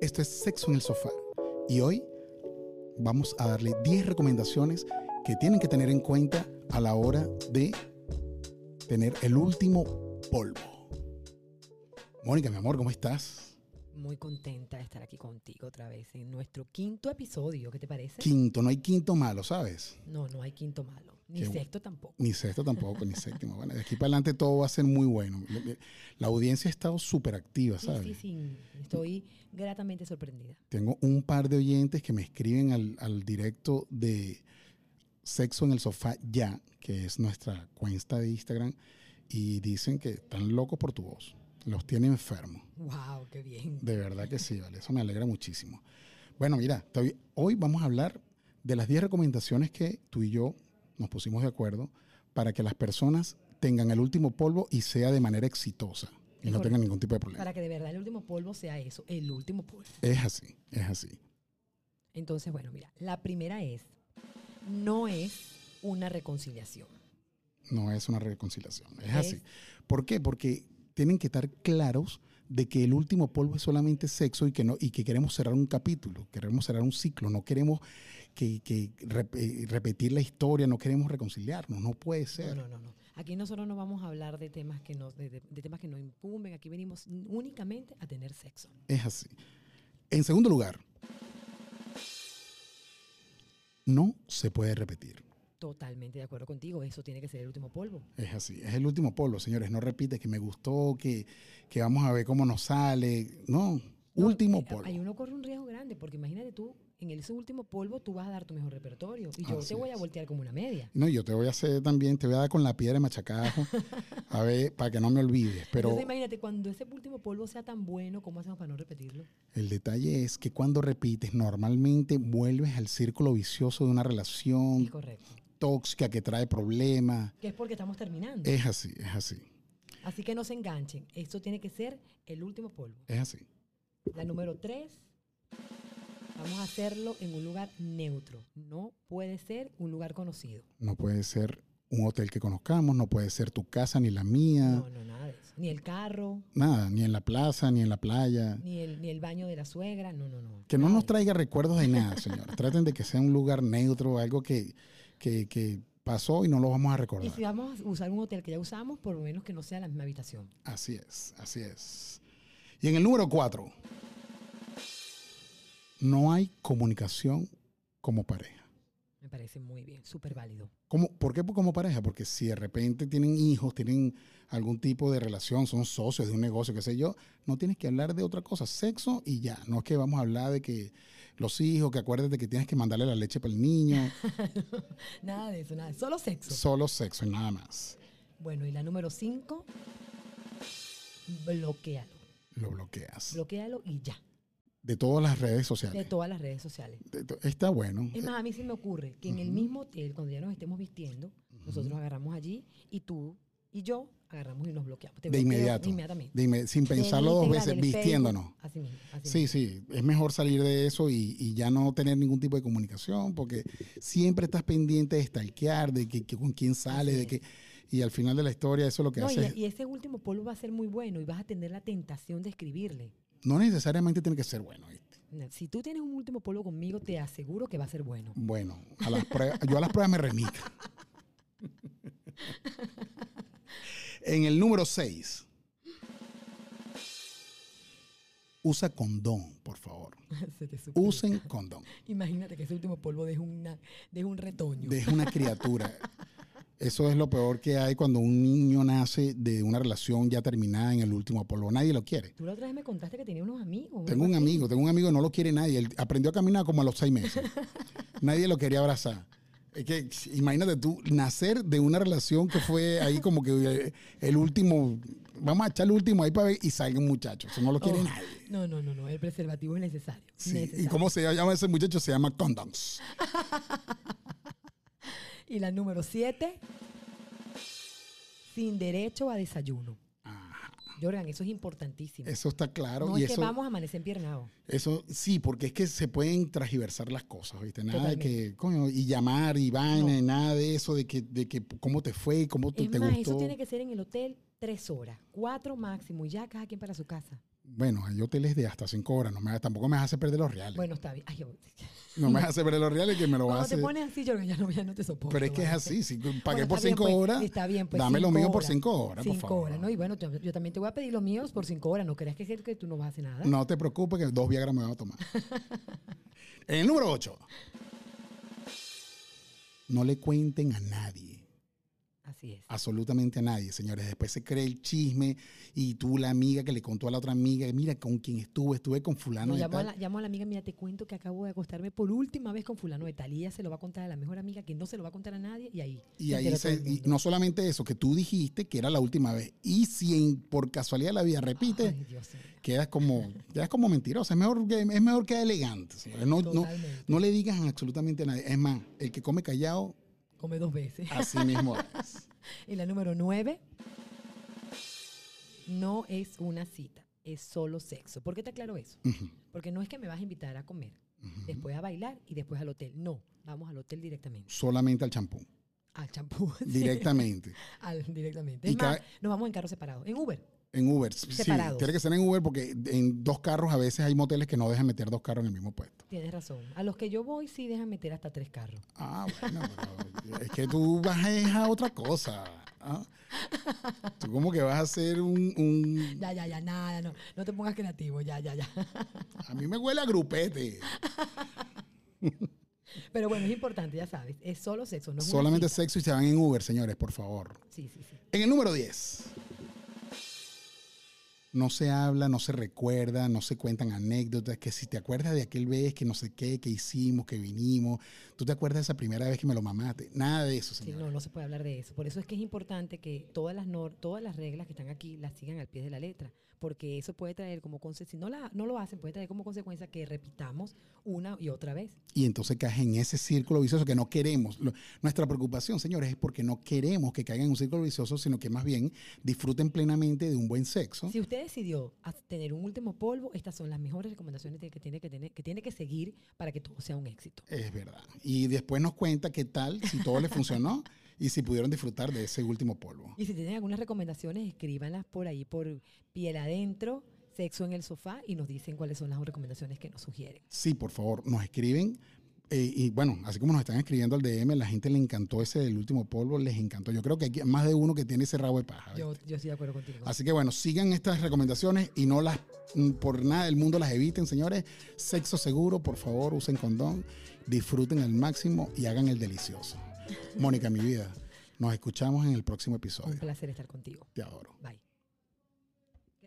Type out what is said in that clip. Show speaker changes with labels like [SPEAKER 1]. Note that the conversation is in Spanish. [SPEAKER 1] Esto es Sexo en el Sofá y hoy vamos a darle 10 recomendaciones que tienen que tener en cuenta a la hora de tener el último polvo. Mónica, mi amor, ¿cómo estás?
[SPEAKER 2] Muy contenta de estar aquí contigo otra vez en nuestro quinto episodio, ¿qué te parece?
[SPEAKER 1] Quinto, no hay quinto malo, ¿sabes?
[SPEAKER 2] No, no hay quinto malo, ni
[SPEAKER 1] Qué bu-
[SPEAKER 2] sexto tampoco.
[SPEAKER 1] Ni sexto tampoco, ni séptimo. Bueno, de aquí para adelante todo va a ser muy bueno. La audiencia ha estado súper activa,
[SPEAKER 2] Sí,
[SPEAKER 1] ¿sabes?
[SPEAKER 2] sí, sí, estoy gratamente sorprendida.
[SPEAKER 1] Tengo un par de oyentes que me escriben al, al directo de Sexo en el Sofá Ya, que es nuestra cuenta de Instagram, y dicen que están locos por tu voz. Los tiene enfermos.
[SPEAKER 2] ¡Wow! ¡Qué bien!
[SPEAKER 1] De verdad que sí, vale. Eso me alegra muchísimo. Bueno, mira, Tavi, hoy vamos a hablar de las 10 recomendaciones que tú y yo nos pusimos de acuerdo para que las personas tengan el último polvo y sea de manera exitosa y
[SPEAKER 2] Es
[SPEAKER 1] no tengan
[SPEAKER 2] correcto.
[SPEAKER 1] ningún tipo de problema.
[SPEAKER 2] Para que de verdad el último polvo sea eso, el último polvo.
[SPEAKER 1] Es así, es así.
[SPEAKER 2] Entonces, bueno, mira, la primera es, no es una reconciliación.
[SPEAKER 1] No es una reconciliación, es
[SPEAKER 2] Es-
[SPEAKER 1] así. ¿Por qué? Porque tienen que estar claros de que el último polvo es solamente sexo y que no y que queremos cerrar un capítulo, queremos cerrar un ciclo, no queremos que, que rep- eh, repetir la historia, no queremos reconciliarnos, no puede
[SPEAKER 2] No,
[SPEAKER 1] ser.
[SPEAKER 2] no, no, no. Aquí nosotros no vamos a hablar de temas que nos, de, de- de temas que nos incumben. Aquí venimos únicamente a tener sexo.
[SPEAKER 1] Es así. En segundo lugar, no se puede repetir.
[SPEAKER 2] Totalmente de acuerdo contigo. Eso tiene que ser el último polvo.
[SPEAKER 1] Es así, es el último polvo, señores. No repite que me gustó, que, que vamos a ver cómo nos sale. No,
[SPEAKER 2] No,
[SPEAKER 1] último
[SPEAKER 2] eh,
[SPEAKER 1] polvo.
[SPEAKER 2] Ahí uno corre un riesgo grande, porque imagínate tú, en ese último polvo tú vas a dar tu mejor repertorio y yo
[SPEAKER 1] Así
[SPEAKER 2] te voy a
[SPEAKER 1] es.
[SPEAKER 2] voltear como una media.
[SPEAKER 1] No, yo te voy a hacer también, te voy a dar con la piedra de machacajo, a ver, para que no me olvides. Pero
[SPEAKER 2] Entonces imagínate, cuando ese último polvo sea tan bueno, ¿cómo hacemos para no repetirlo?
[SPEAKER 1] el detalle es que cuando repites, normalmente vuelves al círculo vicioso de una
[SPEAKER 2] Es
[SPEAKER 1] relación
[SPEAKER 2] correcto.
[SPEAKER 1] tóxica que trae problemas.
[SPEAKER 2] Que es porque estamos terminando.
[SPEAKER 1] Es así, es así,
[SPEAKER 2] Así que no se enganchen. Esto tiene que ser el último polvo.
[SPEAKER 1] es así.
[SPEAKER 2] La número tres, vamos a hacerlo en un lugar neutro. No puede ser un lugar conocido.
[SPEAKER 1] No puede ser un hotel que conozcamos, no puede ser tu casa ni la mía,
[SPEAKER 2] No, no, nada de eso. Ni el carro,
[SPEAKER 1] nada, ni en la plaza, ni en la playa.
[SPEAKER 2] ni el, ni el baño de la suegra. No, no, no.
[SPEAKER 1] Que no
[SPEAKER 2] nada
[SPEAKER 1] nos
[SPEAKER 2] de eso.
[SPEAKER 1] traiga recuerdos de nada, señor. Traten de que sea un lugar neutro, algo que, que, que pasó y no lo vamos a recordar.
[SPEAKER 2] Y si vamos a usar un hotel que ya usamos, por lo menos que no sea la misma habitación.
[SPEAKER 1] Así es, así es. Y en el número cuatro, no hay comunicación como pareja.
[SPEAKER 2] Me parece muy bien, súper válido.
[SPEAKER 1] ¿Cómo, ¿Por qué como pareja? Porque si de repente tienen hijos, tienen algún tipo de relación, son socios de un negocio, qué sé yo, no tienes que hablar de otra cosa, sexo y ya. No es que vamos a hablar de que los hijos, que acuérdate que tienes que mandarle la leche para el niño,
[SPEAKER 2] Nada de eso, nada, solo sexo.
[SPEAKER 1] solo sexo y nada más.
[SPEAKER 2] Bueno, y la número cinco, bloquealo.
[SPEAKER 1] Lo bloqueas.
[SPEAKER 2] Bloquealo y ya,
[SPEAKER 1] De todas las redes
[SPEAKER 2] de
[SPEAKER 1] sociales.
[SPEAKER 2] todas las redes sociales.
[SPEAKER 1] De to- Está bueno.
[SPEAKER 2] Es más, a mí se me ocurre que en el
[SPEAKER 1] Ujú.
[SPEAKER 2] mismo hotel, cuando ya nos estemos vistiendo, nosotros
[SPEAKER 1] Ujú.
[SPEAKER 2] nos agarramos allí y tú y yo agarramos y nos bloqueamos. Te
[SPEAKER 1] De
[SPEAKER 2] bloqueo
[SPEAKER 1] inmediato.
[SPEAKER 2] Inmediatamente.
[SPEAKER 1] Dime, sin
[SPEAKER 2] Del
[SPEAKER 1] pensarlo dos
[SPEAKER 2] Instagram,
[SPEAKER 1] veces,
[SPEAKER 2] del
[SPEAKER 1] vistiéndonos.
[SPEAKER 2] Facebook, Así mismo. Así
[SPEAKER 1] Sí,
[SPEAKER 2] mismo.
[SPEAKER 1] sí, es mejor salir de eso y, y ya no tener ningún tipo de comunicación, porque siempre estás pendiente de stalkear, de que, que con quién sale,
[SPEAKER 2] Así
[SPEAKER 1] de
[SPEAKER 2] es.
[SPEAKER 1] que y al final de la historia eso lo que
[SPEAKER 2] No,
[SPEAKER 1] hace es-
[SPEAKER 2] y, y ese último polvo va a ser muy bueno y vas a tener la tentación de escribirle.
[SPEAKER 1] no necesariamente tiene que ser bueno. ¿viste?
[SPEAKER 2] Si tú tienes un último polvo conmigo, te aseguro que va a ser bueno.
[SPEAKER 1] Bueno, a las pruebas, yo a las pruebas me remito. en el número 6. Usa condón, por favor.
[SPEAKER 2] Se te suplica.
[SPEAKER 1] Usen condón.
[SPEAKER 2] Imagínate que ese último polvo deja, una, deja un retoño.
[SPEAKER 1] Deja una criatura. Eso es lo peor que hay cuando un niño nace de una relación ya terminada en el último polvo. Nadie lo quiere.
[SPEAKER 2] Tú la otra vez me contaste que tenía unos amigos.
[SPEAKER 1] Tengo un
[SPEAKER 2] algo así.
[SPEAKER 1] amigo, tengo un amigo que no lo quiere nadie. Él aprendió a caminar como a los seis meses. Nadie lo quería abrazar. Es que imagínate tú nacer de una relación que fue ahí como que eh, el último, vamos a echar el último ahí para ver y salga un muchacho. Eso no lo quiere
[SPEAKER 2] Oh,
[SPEAKER 1] nadie.
[SPEAKER 2] No, no, no, no. El preservativo es necesario.
[SPEAKER 1] Sí. ¿Y
[SPEAKER 2] necesario.
[SPEAKER 1] cómo se llama ese muchacho? Se llama Condoms.
[SPEAKER 2] Y la número siete, sin derecho a desayuno.
[SPEAKER 1] Ajá.
[SPEAKER 2] Jorgan, eso es importantísimo.
[SPEAKER 1] Eso está claro.
[SPEAKER 2] no
[SPEAKER 1] y
[SPEAKER 2] es
[SPEAKER 1] eso,
[SPEAKER 2] que vamos a amanecer empiernados.
[SPEAKER 1] Eso sí, porque es que se pueden transversar las cosas, ¿viste? Nada de
[SPEAKER 2] Totalmente.
[SPEAKER 1] que, coño, y llamar y vaina,
[SPEAKER 2] No.
[SPEAKER 1] y nada de eso, de que, de que cómo te fue, cómo te,
[SPEAKER 2] Es
[SPEAKER 1] te
[SPEAKER 2] más,
[SPEAKER 1] gustó.
[SPEAKER 2] eso tiene que ser en el hotel tres horas, cuatro máximo, y ya cada quien para su casa.
[SPEAKER 1] Bueno, hay hoteles de hasta 5 horas. No me, tampoco me hace perder los reales.
[SPEAKER 2] Bueno, está bien. Ay, yo-
[SPEAKER 1] no me hace perder los reales que me lo va a
[SPEAKER 2] cuando te
[SPEAKER 1] hacer.
[SPEAKER 2] pones así, yo ya no, ya no te soporto.
[SPEAKER 1] Pero es que es
[SPEAKER 2] ¿vale?
[SPEAKER 1] así. Si tú pagué
[SPEAKER 2] Bueno,
[SPEAKER 1] por
[SPEAKER 2] está bien,
[SPEAKER 1] 5
[SPEAKER 2] pues,
[SPEAKER 1] horas,
[SPEAKER 2] Está bien, pues.
[SPEAKER 1] dame lo
[SPEAKER 2] cinco
[SPEAKER 1] mío por
[SPEAKER 2] horas.
[SPEAKER 1] 5 horas, por
[SPEAKER 2] Cinco
[SPEAKER 1] favor.
[SPEAKER 2] horas, ¿no? Y bueno, yo, yo también te voy a pedir los míos por cinco horas. No creas que, es que tú no vas a hacer nada.
[SPEAKER 1] No te preocupes que dos Viagra me van a tomar. el número 8. No le cuenten a nadie,
[SPEAKER 2] Así
[SPEAKER 1] Ah,
[SPEAKER 2] es.
[SPEAKER 1] absolutamente a nadie, señores. Después se cree el chisme y tú, la amiga que le contó a la otra amiga, mira con quién estuve, estuve con fulano
[SPEAKER 2] Yo
[SPEAKER 1] de
[SPEAKER 2] llamo, a
[SPEAKER 1] tal.
[SPEAKER 2] la, llamo a la amiga, mira, te cuento que acabo de acostarme por última vez con fulano de tal. Y ella se lo va a contar a la mejor amiga que no se lo va a contar a nadie. Y ahí.
[SPEAKER 1] Y ahí
[SPEAKER 2] entera
[SPEAKER 1] se-
[SPEAKER 2] todo el
[SPEAKER 1] y
[SPEAKER 2] mundo.
[SPEAKER 1] no solamente eso, que tú dijiste que era la última vez. Y si en- por casualidad la vida repite,
[SPEAKER 2] Ay, Dios mío.
[SPEAKER 1] quedas como, quedas como mentirosa. Es mejor que, es mejor que elegante. señores. No, no,
[SPEAKER 2] Totalmente.
[SPEAKER 1] no le digas absolutamente a nadie. Es más, el que come callado,
[SPEAKER 2] Come dos veces.
[SPEAKER 1] así mismo es.
[SPEAKER 2] Y la número nueve. No es una cita, es solo sexo. ¿Por qué te aclaro eso?
[SPEAKER 1] Ujú,
[SPEAKER 2] Porque no es que me vas a invitar a comer,
[SPEAKER 1] ujú.
[SPEAKER 2] después a bailar y después al hotel. No, vamos al hotel directamente.
[SPEAKER 1] Solamente al champú,
[SPEAKER 2] Al champú. sí,
[SPEAKER 1] directamente.
[SPEAKER 2] al- directamente.
[SPEAKER 1] Y
[SPEAKER 2] Es más,
[SPEAKER 1] cabe-
[SPEAKER 2] nos vamos en carro separado. En Uber.
[SPEAKER 1] En Uber. Sí,
[SPEAKER 2] Separados.
[SPEAKER 1] tiene que ser en Uber porque en dos carros a veces hay moteles que no dejan meter dos carros en el mismo puesto.
[SPEAKER 2] Tienes razón. A los que yo voy sí dejan meter hasta tres carros.
[SPEAKER 1] Ah, bueno, pero es que tú vas es a otra cosa. ¿ah? Tú como que vas a hacer un, un-
[SPEAKER 2] Ya, ya, ya, nada, no, no te pongas creativo, ya, ya, ya.
[SPEAKER 1] A mí me huele a grupete.
[SPEAKER 2] Pero bueno, es importante, ya sabes, es solo sexo, no es una
[SPEAKER 1] Solamente
[SPEAKER 2] cita.
[SPEAKER 1] sexo y se van en Uber, señores, por favor.
[SPEAKER 2] Sí, sí, sí.
[SPEAKER 1] En el número 10. No se habla, no se recuerda, no se cuentan anécdotas, que si te acuerdas de aquel vez que no sé qué, que hicimos, que vinimos, tú te acuerdas de esa primera vez que me lo mamaste, nada de eso,
[SPEAKER 2] Sí,
[SPEAKER 1] señor.
[SPEAKER 2] no, no se puede hablar de eso. Por eso es que es importante que todas las nor- todas las reglas que están aquí las sigan al pie de la letra, porque eso puede traer como consecuencia, si no, la, no lo hacen, puede traer como consecuencia que repitamos una y otra vez.
[SPEAKER 1] Y entonces caes en ese círculo vicioso que no queremos. Lo- nuestra preocupación, señores, es porque no queremos que caigan en un círculo vicioso, sino que más bien disfruten plenamente de un buen sexo.
[SPEAKER 2] Si usted decidió a- tener un último polvo, estas son las mejores recomendaciones de que tiene que tener, que tiene que seguir para que todo sea un éxito.
[SPEAKER 1] Es verdad. Y después nos cuenta qué tal, si todo les funcionó y si pudieron disfrutar de ese último polvo.
[SPEAKER 2] Y si tienen algunas recomendaciones, escríbanlas por ahí, por piel adentro, sexo en el sofá, y nos dicen cuáles son las recomendaciones que nos sugieren.
[SPEAKER 1] Sí, por favor, nos escriben. eh, y bueno, así como nos están escribiendo al DM, la gente le encantó ese del último polvo, les encantó. Yo creo que hay más de uno que tiene ese rabo de paja.
[SPEAKER 2] Yo,
[SPEAKER 1] ¿viste?
[SPEAKER 2] yo estoy de acuerdo contigo.
[SPEAKER 1] Así que bueno, sigan estas recomendaciones y no las mm, por nada del mundo las eviten, señores. Sexo seguro, por favor, usen condón, disfruten al máximo y hagan el delicioso. Mónica, mi vida, nos escuchamos en el próximo
[SPEAKER 2] Un
[SPEAKER 1] episodio.
[SPEAKER 2] placer estar contigo.
[SPEAKER 1] Te adoro.
[SPEAKER 2] Bye.